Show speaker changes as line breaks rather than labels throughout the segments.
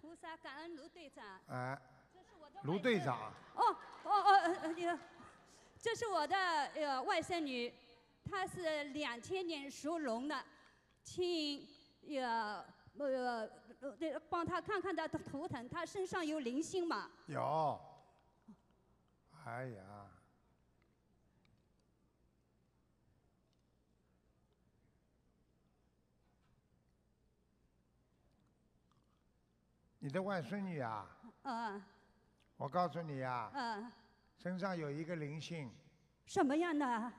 菩萨，感恩卢队长。
哎，
这是我的
卢
外
队
甥
长，
哦哦哦，呃呃这是我的呃外甥女，她是两千年属龙的，请呃呃呃帮她看看她的图腾，她身上有灵性吗？
有。哎呀，你的外孙女啊，
嗯
我告诉你啊，
嗯，
身上有一个灵性，
什么样的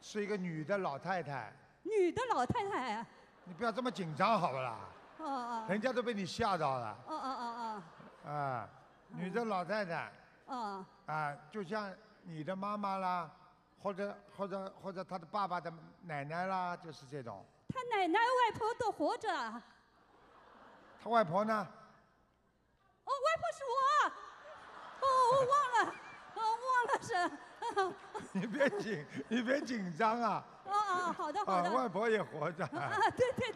是一个女的老太太，
女的老太太？
你不要这么紧张好不啦？
哦哦
人家都被你吓到了
哦哦哦
啊！女的老太太
哦哦
啊，就像你的妈妈啦，或者或者或者她的爸爸的奶奶啦，就是这种。
她奶奶外婆都活着，哦
她外婆呢？
哦外婆是我，哦我忘了，哦忘了是，哦
你别紧，你别紧张啊！
哦好的好
啊，
的。
外婆也 活着。
啊，对对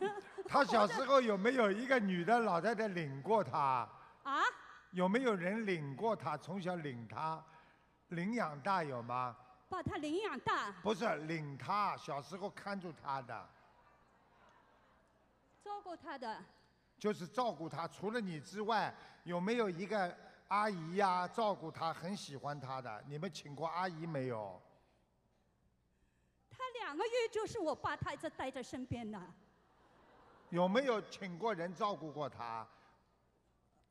对，
她小时候有没有一个女的老太太领过她？
啊，
有没有人领过她？从小领她，领养大有吗？
把他领养大，
不是领她，小时候看住她的，
照顾他的，
就是照顾她。除了你之外，有没有一个阿姨呀、照顾她，很喜欢她的？你们请过阿姨没有？
他两个月就是我把他一直带在身边的，
有没有请过人照顾过她？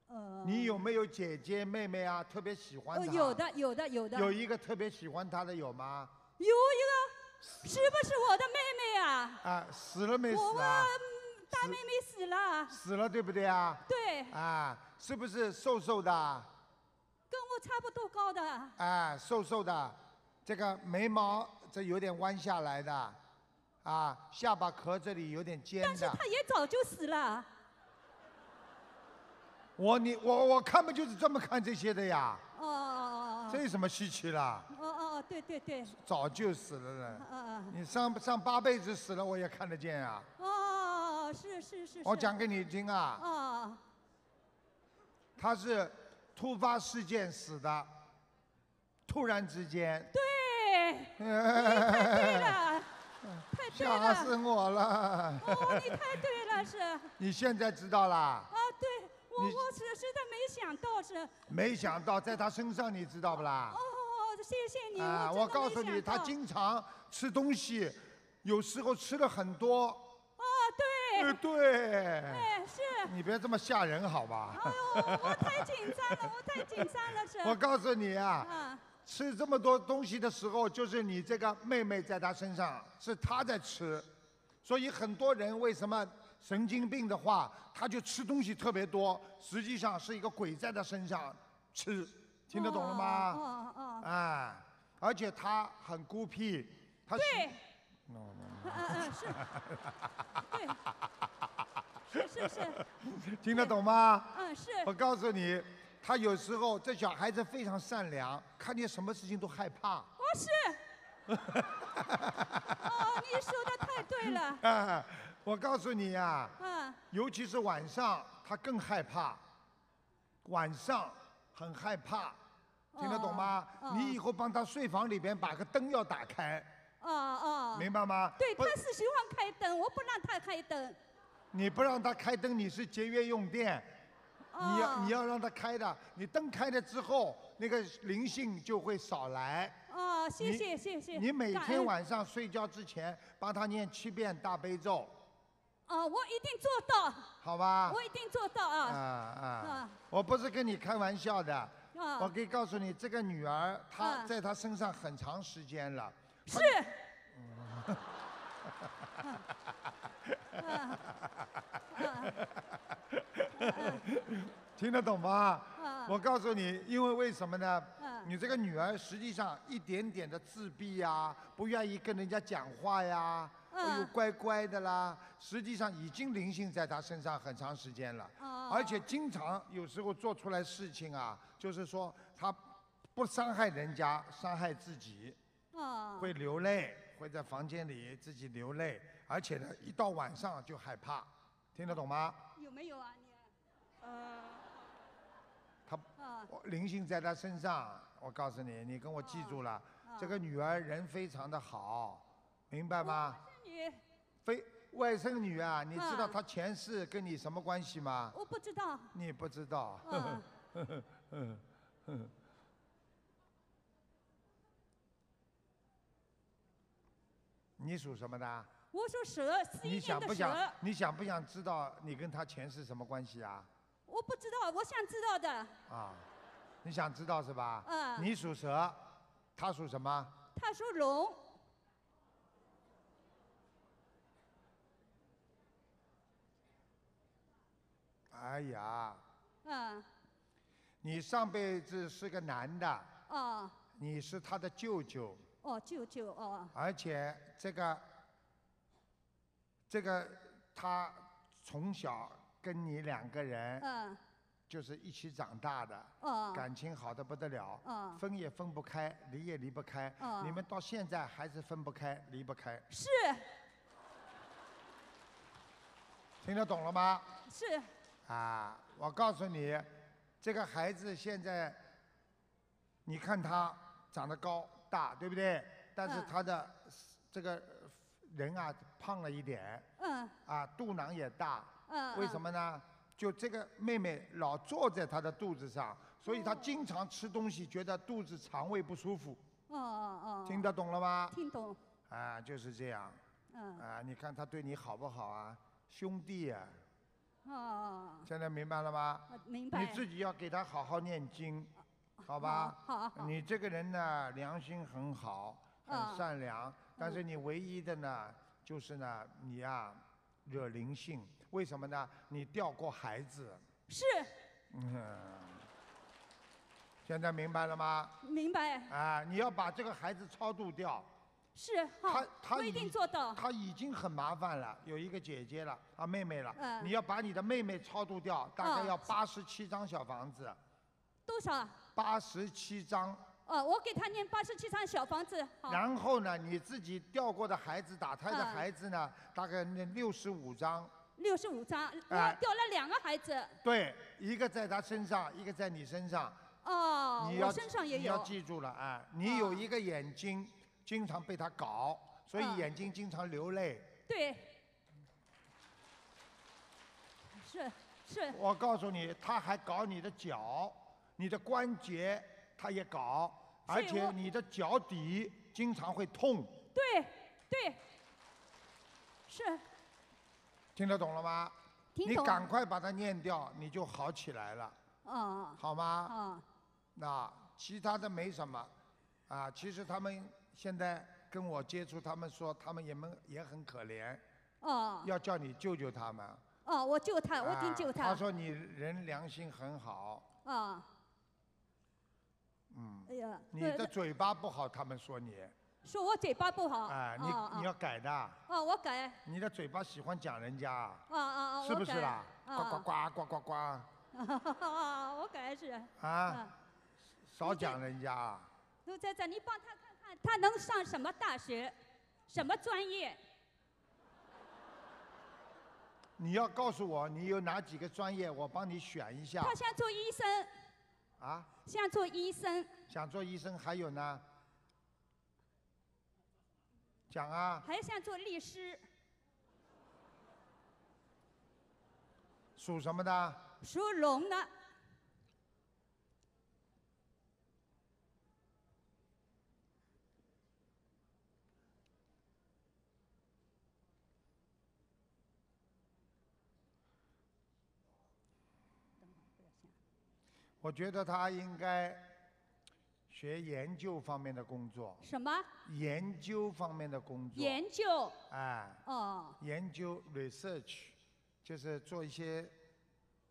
呃，
你有没有姐姐妹妹啊？特别喜欢
哦，
她？
有的有的有的，
有一个特别喜欢她的有吗？
有一个是不是我的妹妹啊？
啊，死了没
我
死
们
啊？
嗯大妹妹死了，
死了对不对啊？
对，
啊，是不是瘦瘦的？
跟我差不多高的，
啊，瘦瘦的，这个眉毛这有点弯下来的，啊，下巴壳这里有点尖
但是
的。
她也早就死了，
我你我我看不就是这么看这些的呀？
哦哦哦
这有什么稀奇啦？
哦哦哦哦，对对对，
早就死了呢。
嗯嗯
你上上八辈子死了我也看得见啊！
哦哦哦，是是是，
我
是
讲给你听啊。
哦
他是突发事件死的，突然之间，
对，对 了，太对
吓
了。
死我了！
哦，你太对了，是啊，
你现在知道啦？
对我
你
我是实在没想到是，
没想到在他身上，你知道不啦
哦，？谢谢你，
啊，
我
我告诉你，他
今
经常吃东西，有时候吃了很多。
哦对，
呃，对，
哎是，
你别这么吓人好吧？
哎呦，我太紧张了，我太紧张了是，
我告诉你啊，
啊
吃这么多东西的时候，就是你这个妹妹在她身上，是她在吃，所以很多人为什么神经病的话，他就吃东西特别多，实际上是一个鬼在她身上吃，听得懂了吗？
哦哦哦，
啊，而且她很孤僻，她喜
对，
No, no, no
嗯嗯是，对，是是是，
听得懂吗？
嗯是，
我告诉你，她有时候这小孩子非常善良，看见什么事情都害怕。
哦 是，哦你说的太对了，
啊，我告诉你啊，
嗯
尤其是晚上，他更害怕，晚上很害怕，听得懂吗？
哦
你以后帮他睡房里边把个灯要打开，
哦哦。
明白吗？
对，
不
他是喜欢开灯，我不让他开灯。
你不让他开灯，你是节约用电。
哦啊
你要你要让他开的，你灯开了之后，那个灵性就会少来。
哦，谢
你
谢谢谢。
你每
感
天
恩
晚上睡觉之前帮他念七遍大悲咒，
哦，我一定做到，
好吧？
我一定做到
啊
啊
啊
啊！
我不是跟你开玩笑的。我
啊！
可以告诉你，这个女儿她
嗯
在她身上很长时间了，
是。啊
听得懂吗？
啊
我告诉你，因为为什么呢？
嗯
你这个女儿实际上一点点的自闭呀、不愿意跟人家讲话呀，
嗯
又乖乖的啦，实际上已经灵性在她身上很长时间了，
哦
而且经常有时候做出来事情啊，就是说她不伤害人家，伤害自己。
啊！
会流泪，会在房间里自己流泪，而且呢，一到晚上就害怕，听得懂吗？
有没有啊你？
呃，
他
啊
我灵性在他身上，我告诉你，你跟我记住了，
啊
这个女儿人非常的好，明白吗？
你
非外甥女啊，你知道
啊
她前世跟你什么关系吗？
我不知道。
你不知道。
啊
你属什么的？
我属蛇，四一
你
年
想
的
不想
蛇。？
你想不想知道你跟她前世什么关系啊？
我不知道，我想知道的。
啊，你想知道是吧？
嗯
你属蛇，她属什么？
他属龙，
哎呀，
嗯，
你上辈子是个男的，
哦
你是他的舅舅，
哦，舅舅哦，
而且这个这个他从小跟你两个人
嗯
就是一起长大的，
哦
感情好的不得了，
哦，
分也分不开，离也离不开，
哦
你们到现在还是分不开，离不开，
是
听得懂了吗？
是，
啊，我告诉你，这个孩子现在，你看他长得高大，对不对？但是
嗯
他的、这个人啊，胖了一点，
嗯
啊，肚囊也大，
嗯。
为什？么呢？就这个妹妹老坐在他的肚子上，所以他
哦
经常吃东西，觉得肚子肠胃不舒服，
哦哦哦，
听得懂了吗？
听懂，
啊，就是这样，
嗯
啊，你看他对你好不好啊？兄弟呀、
哦哦，
现在明白了吗？
哦明白。
你自己要给他好好念经，好吧？
好好好，
你这个人呢，良心很好，很
嗯
善良，但是你唯一的呢，就是呢，你呀、惹灵性。为什么呢？你掉过孩子。
是
嗯。现在明白了吗？
明白，
啊，你要把这个孩子超度掉，
是好
他，他
我一
已
定做到。
他已经很麻烦了，有一个姐姐了啊，妹妹了。
嗯
你要把你的妹妹超度掉，大概
嗯
要八十七张小房子。
多少？
八十七张，
哦，我给他念八十七张小房子，好，
然后呢，你自己掉过的孩子、打胎的
嗯
孩子呢，大概那六十五张，
六十五张，
哎
我掉了两个孩子。
对，一个在他身上，一个在你身上，
哦，
你要
我身上也
你要
有。
记住了啊，你有
哦
一个眼睛经常被他搞，所以
嗯
眼睛经常流泪。
对，是是，
我告诉你，他还搞你的脚，你的关节他也搞，
所
而
以
且
我
你的脚底经常会痛，
对对，是
听得懂了吗？
听
你
懂。
赶快把它念掉，你就好起来了，
哦
好吗？
哦
那其他的没什么，啊，其实他们现在跟我接触，他们说他们也们也很可怜，
哦
要叫你救救他们。
哦，我救他，我一定
啊
救
他
他。
说你人良心很好，
哦，
嗯，
哎呀，
你
呃
的嘴巴不好，他们说你，
说我嘴巴不好。
啊，
哦
你你要改的，
哦哦，我改。
你的嘴巴喜欢讲人家，
哦哦哦，
是
我
不是
改
啦？呱呱
啊
呱呱呱呱
啊，我改是。
啊，
啊，
少讲人家，
卢站长，你帮他看看，他能上什么大学，什么专业？
你要告诉我你有哪几个专业，我帮你选一下
他想做医生，
啊。
想做医生，
想做医生，还有呢？讲啊，
还想做律师，
属什么的？
属龙的。
我觉得他应该学研究方面的工作，
什么
研究方面的工作，
研究？
哎，
哦
研究 research，就是做一些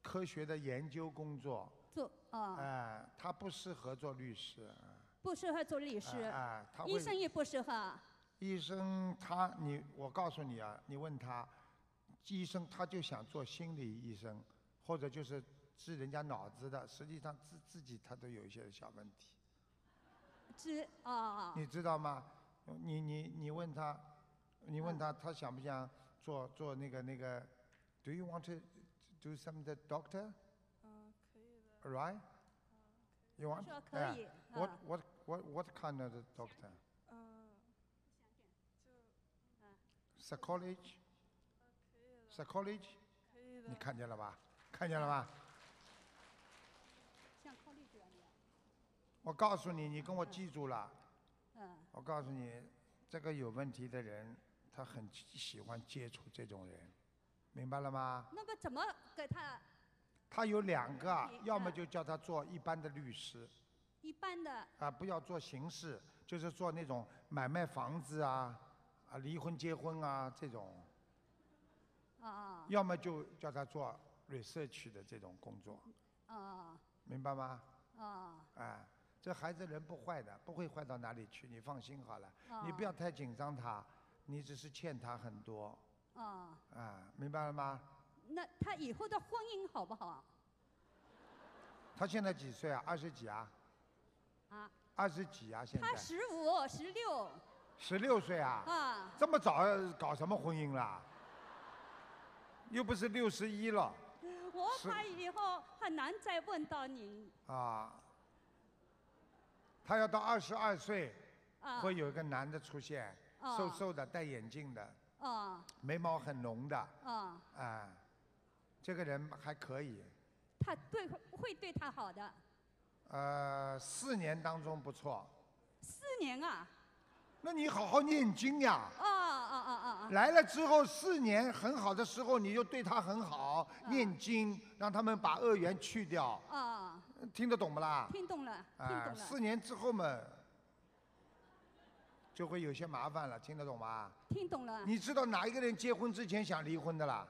科学的研究工作。
做哦，
哎，他不适合做律师，
不适合做律
哎
师，
哎，他
医
会
生也不适合。
医生他你我告诉你啊，你问他，医生他就想做心理医生，或者就是治人家脑子的，实际上自自己他都有一些小问题，
知哦
你知道吗？你你你问他，你问他他想不想做做那个那个 Do you want to do some the doctor?
嗯，可以的。
All right? You want?
说可
Yeah.
以。
What
啊
what what what kind of the doctor?
嗯，就嗯哦
Psychology?
可以的，
Psychology?
可以
你
的。
看见了吧？看见了吧？
像考虑这样的，
我告诉你，你跟我记住了。
嗯，
我告诉你，这个有问题的人，他很喜欢接触这种人，明白了吗？
那么怎么给他
他有两个啊
嗯，
要么就叫他做一般的律师
一般的
啊，不要做刑事，就是做那种买卖房子啊、啊离婚结婚啊这种；
啊
要么就叫他做 research 的这种工作，
啊
明白吗？
啊
啊，这孩子人不坏的，不会坏到哪里去，你放心好了。
啊！
你不要太紧张他，你只是欠他很多
啊，
啊，明白了吗？
那他以后的婚姻好不好啊？
他现在几岁啊？二十几啊？
啊，
二十几啊？现在
他十五、十六
十六岁啊？
啊，
这么早搞什么婚姻啦？又不是六十一了
我
是
怕以后很难再问到您
啊！他要到二十二岁，
啊
会有一个男的出现，
啊
瘦瘦的，戴眼镜的，
啊
眉毛很浓的，
啊，
啊，这个人还可以，
他对会对他好的。
呃，四年当中不错。
四年啊，
那你好好念经呀。
啊啊啊啊
来了之后四年很好的时候，你就对他很好，
嗯
念经，让他们把恶缘去掉，
啊啊！
听得懂不啦？
听懂了，听
啊，
懂了，
四年之后嘛，就会有些麻烦了，听得懂吗？
听懂了。
你知道哪一个人结婚之前想离婚的啦？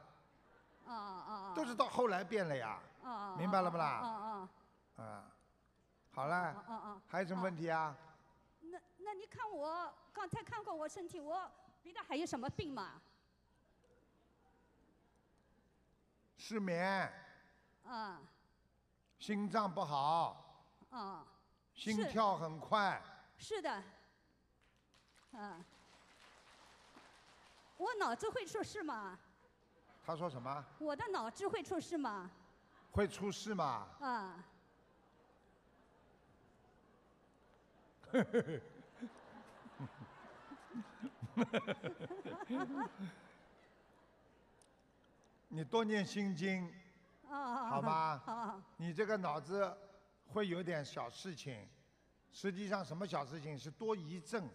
啊啊啊！
都是到后来变了呀。
啊，
明白了不啦
啊啊
啊，好
啊
了，
啊啊！
还有什么问题啊？
那那你看我刚才看过我身体，我别的还有什么病吗？
失眠，
啊
心脏不好，
啊，
心
是
跳很快，
是的，啊，我脑子会出事吗？
他说什么？
我的脑子会出事吗？
会出事吗？
啊，
你多念心经，
啊，
好吗
好好，
你这个脑子会有点小事情，实际上什么小事情是多疑症，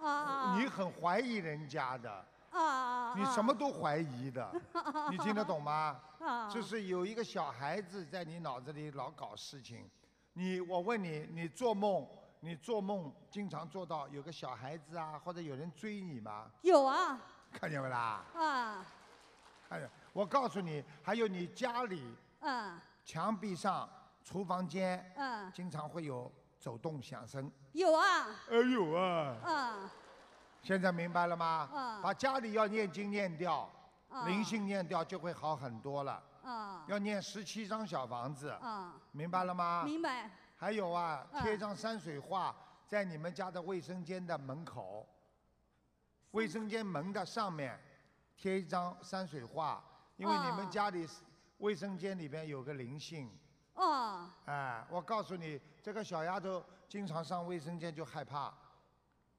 啊啊，
你很怀疑人家的，
啊啊，
你什么都怀疑 的，你听得懂吗？
啊？
就是有一个小孩子在你脑子里老搞事情，你我问你，你做梦，你做梦经常做到有个小孩子啊，或者有人追你吗？
有啊
看见没啦？
啊
看见，我告诉你，还有你家里
啊
墙壁上、厨房间
啊，
经常会有走动响声。
有啊
哎呦啊！
啊
现在明白了吗？
啊
把家里要念经念掉，
啊，
灵性念掉就会好很多了。
啊
要念十七张小房子，
啊，
明白了吗？
明白
还有啊，
嗯
贴一张山水画在你们家的卫生间的门口，卫生间门的上面贴一张山水画，因为你们
哦
家里卫生间里边有个灵性。
哦
哎，我告诉你，这个小丫头经常上卫生间就害怕，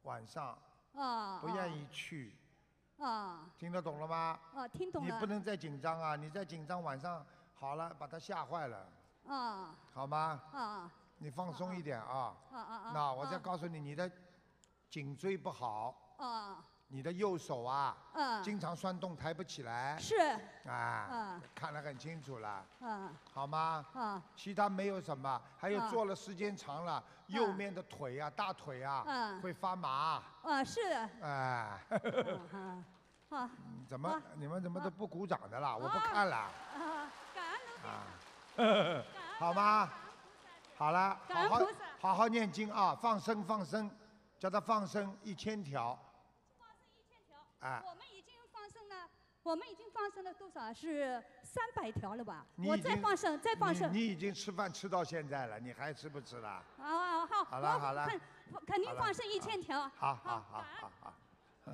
晚上
哦，
不愿意去，
啊
听得懂了吗？
啊，听懂
你
了
不能再紧张啊！你再紧张，晚上好了把她吓坏了，
啊
好吗？
啊啊
你放松一点啊。
啊啊！
那我再告诉你，你的颈椎不好，
啊
你的右手啊
啊
经常酸痛，抬不起来
是
啊，
啊
看得很清楚了，
啊
好吗？
啊
其他没有什么，还有
啊
坐了时间长了，右面的腿啊、大腿啊
啊
会发麻，
啊是
哎，
啊啊
怎么
啊
你们怎么都不鼓掌的啦？我不
啊
看了
啊！感恩卢
啊。
感恩
好吗？好了，
感
好
恩
好
菩萨
好好念经啊，放生放生，叫他放生一千条，啊，
我们已经放生了，我们已经放生了多少？是三百条了吧？
你
我
已
再
经
放生，再放
你
生。
你已经吃饭吃到现在了，你还吃不吃了？
啊，好，
好了
我
好了
肯肯定
好了
放生一千条。
好好
好
好
感
好好，